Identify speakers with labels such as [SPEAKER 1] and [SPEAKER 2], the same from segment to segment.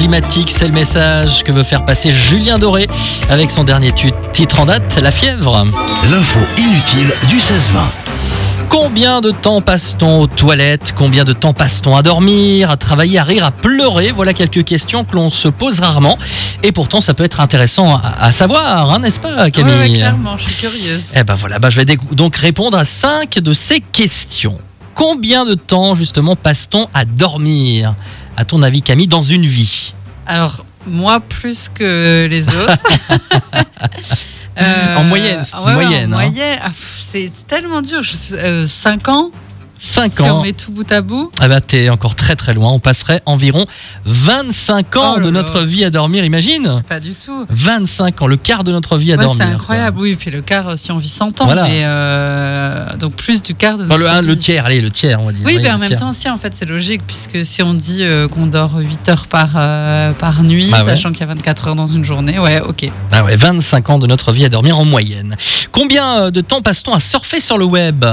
[SPEAKER 1] climatique. C'est le message que veut faire passer Julien Doré avec son dernier tu- titre en date, La fièvre.
[SPEAKER 2] L'info inutile du 16-20.
[SPEAKER 1] Combien de temps passe-t-on aux toilettes Combien de temps passe-t-on à dormir, à travailler, à rire, à pleurer Voilà quelques questions que l'on se pose rarement. Et pourtant, ça peut être intéressant à, à savoir, hein, n'est-ce pas,
[SPEAKER 3] Ouais,
[SPEAKER 1] Camille
[SPEAKER 3] ouais, clairement, je suis curieuse.
[SPEAKER 1] Eh ben voilà, bah je vais décou- donc répondre à cinq de ces questions. Combien de temps justement passe-t-on à dormir, à ton avis Camille, dans une vie
[SPEAKER 3] Alors, moi plus que les autres. Euh,
[SPEAKER 1] En moyenne, c'est une
[SPEAKER 3] ouais, ouais,
[SPEAKER 1] moyenne,
[SPEAKER 3] en
[SPEAKER 1] hein.
[SPEAKER 3] moyenne. Ah, pff, c'est tellement dur. 5 ans,
[SPEAKER 1] 5
[SPEAKER 3] si on
[SPEAKER 1] ans.
[SPEAKER 3] met tout bout à bout.
[SPEAKER 1] Ah bah t'es encore très très loin, on passerait environ 25 ans
[SPEAKER 3] Oh là
[SPEAKER 1] de
[SPEAKER 3] là.
[SPEAKER 1] notre vie à dormir, imagine
[SPEAKER 3] Pas du tout.
[SPEAKER 1] 25 ans, le quart de notre vie à
[SPEAKER 3] Ouais,
[SPEAKER 1] dormir.
[SPEAKER 3] c'est
[SPEAKER 1] quoi.
[SPEAKER 3] incroyable. Oui, puis le quart, euh, si on vit 100 ans.
[SPEAKER 1] Voilà.
[SPEAKER 3] mais, euh, donc plus du quart de
[SPEAKER 1] Enfin, le,
[SPEAKER 3] notre
[SPEAKER 1] un- le
[SPEAKER 3] vie.
[SPEAKER 1] tiers, allez, le tiers, on va dire.
[SPEAKER 3] Oui,
[SPEAKER 1] Allez,
[SPEAKER 3] mais en
[SPEAKER 1] le
[SPEAKER 3] même
[SPEAKER 1] tiers.
[SPEAKER 3] temps, si, en fait, c'est logique, puisque si on dit euh, qu'on dort 8 heures par, euh, par nuit,
[SPEAKER 1] Bah ouais.
[SPEAKER 3] sachant qu'il y a 24 heures dans une journée, ouais, ok.
[SPEAKER 1] Ah ouais, 25 ans de notre vie à dormir en moyenne. Combien euh, de temps passe-t-on à surfer sur le web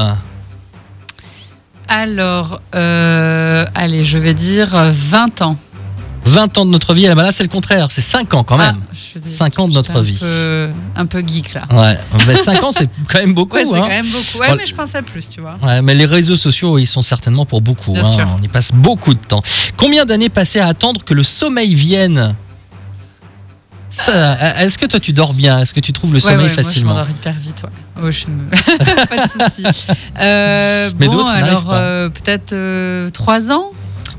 [SPEAKER 3] Alors, euh, allez, je vais dire euh, 20 ans.
[SPEAKER 1] 20 ans de notre vie, ah bah là c'est le contraire, c'est 5 ans quand même.
[SPEAKER 3] Ah, je suis désolée,
[SPEAKER 1] Cinq ans de
[SPEAKER 3] j'étais
[SPEAKER 1] notre
[SPEAKER 3] un
[SPEAKER 1] vie.
[SPEAKER 3] peu- un peu geek là.
[SPEAKER 1] Ouais, mais 5 ans c'est quand même beaucoup.
[SPEAKER 3] Ouais, c'est
[SPEAKER 1] hein.
[SPEAKER 3] quand même beaucoup. Ouais,
[SPEAKER 1] Bon,
[SPEAKER 3] mais je pensais plus, tu vois.
[SPEAKER 1] Ouais, mais les réseaux sociaux, ils sont certainement pour beaucoup.
[SPEAKER 3] Bien
[SPEAKER 1] hein.
[SPEAKER 3] sûr.
[SPEAKER 1] On y passe beaucoup de temps. Combien d'années passées à attendre que le sommeil vienne Ça, euh, Est-ce que toi tu dors bien Est-ce que tu trouves le
[SPEAKER 3] ouais,
[SPEAKER 1] sommeil
[SPEAKER 3] ouais,
[SPEAKER 1] facilement
[SPEAKER 3] Moi, je m'endors hyper vite, ouais. Oh, je me- pas de souci. Euh,
[SPEAKER 1] Mais
[SPEAKER 3] bon,
[SPEAKER 1] d'autres n'arrivent
[SPEAKER 3] alors
[SPEAKER 1] pas.
[SPEAKER 3] euh, peut-être 3 ans.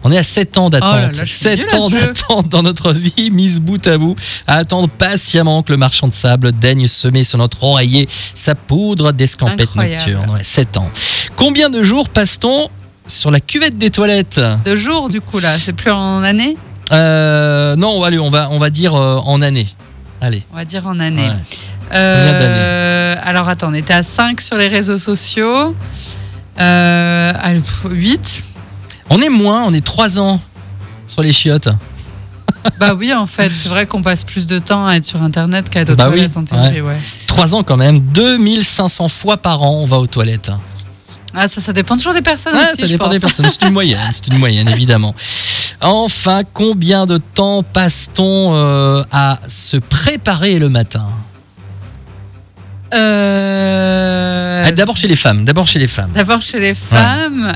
[SPEAKER 1] On est à 7 ans
[SPEAKER 3] Oh là
[SPEAKER 1] d'attente.
[SPEAKER 3] là, je suis
[SPEAKER 1] 7
[SPEAKER 3] nulle à
[SPEAKER 1] ans
[SPEAKER 3] ce jeu.
[SPEAKER 1] d'attente dans notre vie, mise bout à bout, à attendre patiemment que le marchand de sable daigne semer sur notre oreiller sa poudre d'escampette
[SPEAKER 3] Incroyable.
[SPEAKER 1] nocturne. Ouais, 7 ans. Combien de jours passe-t-on sur la cuvette des toilettes
[SPEAKER 3] De jours, du coup, là. C'est plus en année
[SPEAKER 1] Euh, Non, allez, on va, on va dire euh, en année. Allez.
[SPEAKER 3] On va dire en année.
[SPEAKER 1] Ouais.
[SPEAKER 3] Euh, alors attends, on était à 5 sur les réseaux sociaux. Euh, 8
[SPEAKER 1] On est moins, on est 3 ans sur les chiottes.
[SPEAKER 3] Bah oui, en fait, c'est vrai qu'on passe plus de temps à être sur Internet qu'à être aux
[SPEAKER 1] Bah oui,
[SPEAKER 3] toilettes, en théorie, ouais.
[SPEAKER 1] 3 ans quand même, 2500 fois par an on va aux toilettes.
[SPEAKER 3] Ah, ça, ça dépend toujours des personnes
[SPEAKER 1] Ouais,
[SPEAKER 3] aussi,
[SPEAKER 1] ça
[SPEAKER 3] je
[SPEAKER 1] dépend
[SPEAKER 3] pense.
[SPEAKER 1] des personnes, c'est une moyenne, c'est une moyenne évidemment. Enfin, combien de temps passe-t-on euh, à se préparer le matin
[SPEAKER 3] Euh,
[SPEAKER 1] Ah, D'abord chez les femmes, d'abord chez les femmes.
[SPEAKER 3] d'abord chez les femmes,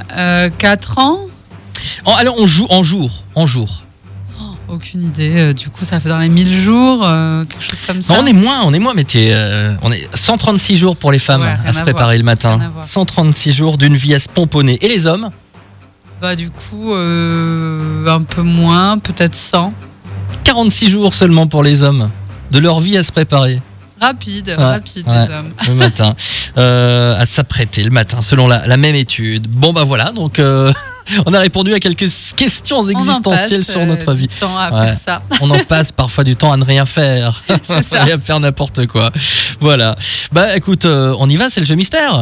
[SPEAKER 3] 4 ans
[SPEAKER 1] En, alors on joue en jour, en jour.
[SPEAKER 3] Aucune idée, euh, du coup, ça fait dans les 1000 jours, euh, quelque chose comme ça.
[SPEAKER 1] Non, on est moins, on est moins, mais t'es, euh, on est 136 jours pour les femmes
[SPEAKER 3] Ouais, rien
[SPEAKER 1] à se
[SPEAKER 3] à
[SPEAKER 1] préparer
[SPEAKER 3] voir,
[SPEAKER 1] le
[SPEAKER 3] rien à
[SPEAKER 1] matin.
[SPEAKER 3] voir.
[SPEAKER 1] 136 jours d'une vie à se pomponner. Et les hommes
[SPEAKER 3] Bah, du coup, euh, un peu moins, peut-être 100.
[SPEAKER 1] 46 jours seulement pour les hommes de leur vie à se préparer.
[SPEAKER 3] Rapide,
[SPEAKER 1] Ouais,
[SPEAKER 3] rapide,
[SPEAKER 1] ouais.
[SPEAKER 3] les hommes.
[SPEAKER 1] le matin, euh, à s'apprêter le matin, selon la, la même étude. Bon, bah voilà, donc euh, on a répondu à quelques questions
[SPEAKER 3] On en
[SPEAKER 1] existentielles
[SPEAKER 3] passe,
[SPEAKER 1] sur
[SPEAKER 3] euh,
[SPEAKER 1] notre
[SPEAKER 3] du
[SPEAKER 1] vie.
[SPEAKER 3] temps à
[SPEAKER 1] Ouais.
[SPEAKER 3] faire ça.
[SPEAKER 1] On en passe parfois du temps à ne rien faire,
[SPEAKER 3] C'est ça.
[SPEAKER 1] et à faire n'importe quoi. Voilà. Bah écoute, euh, on y va, c'est le jeu mystère.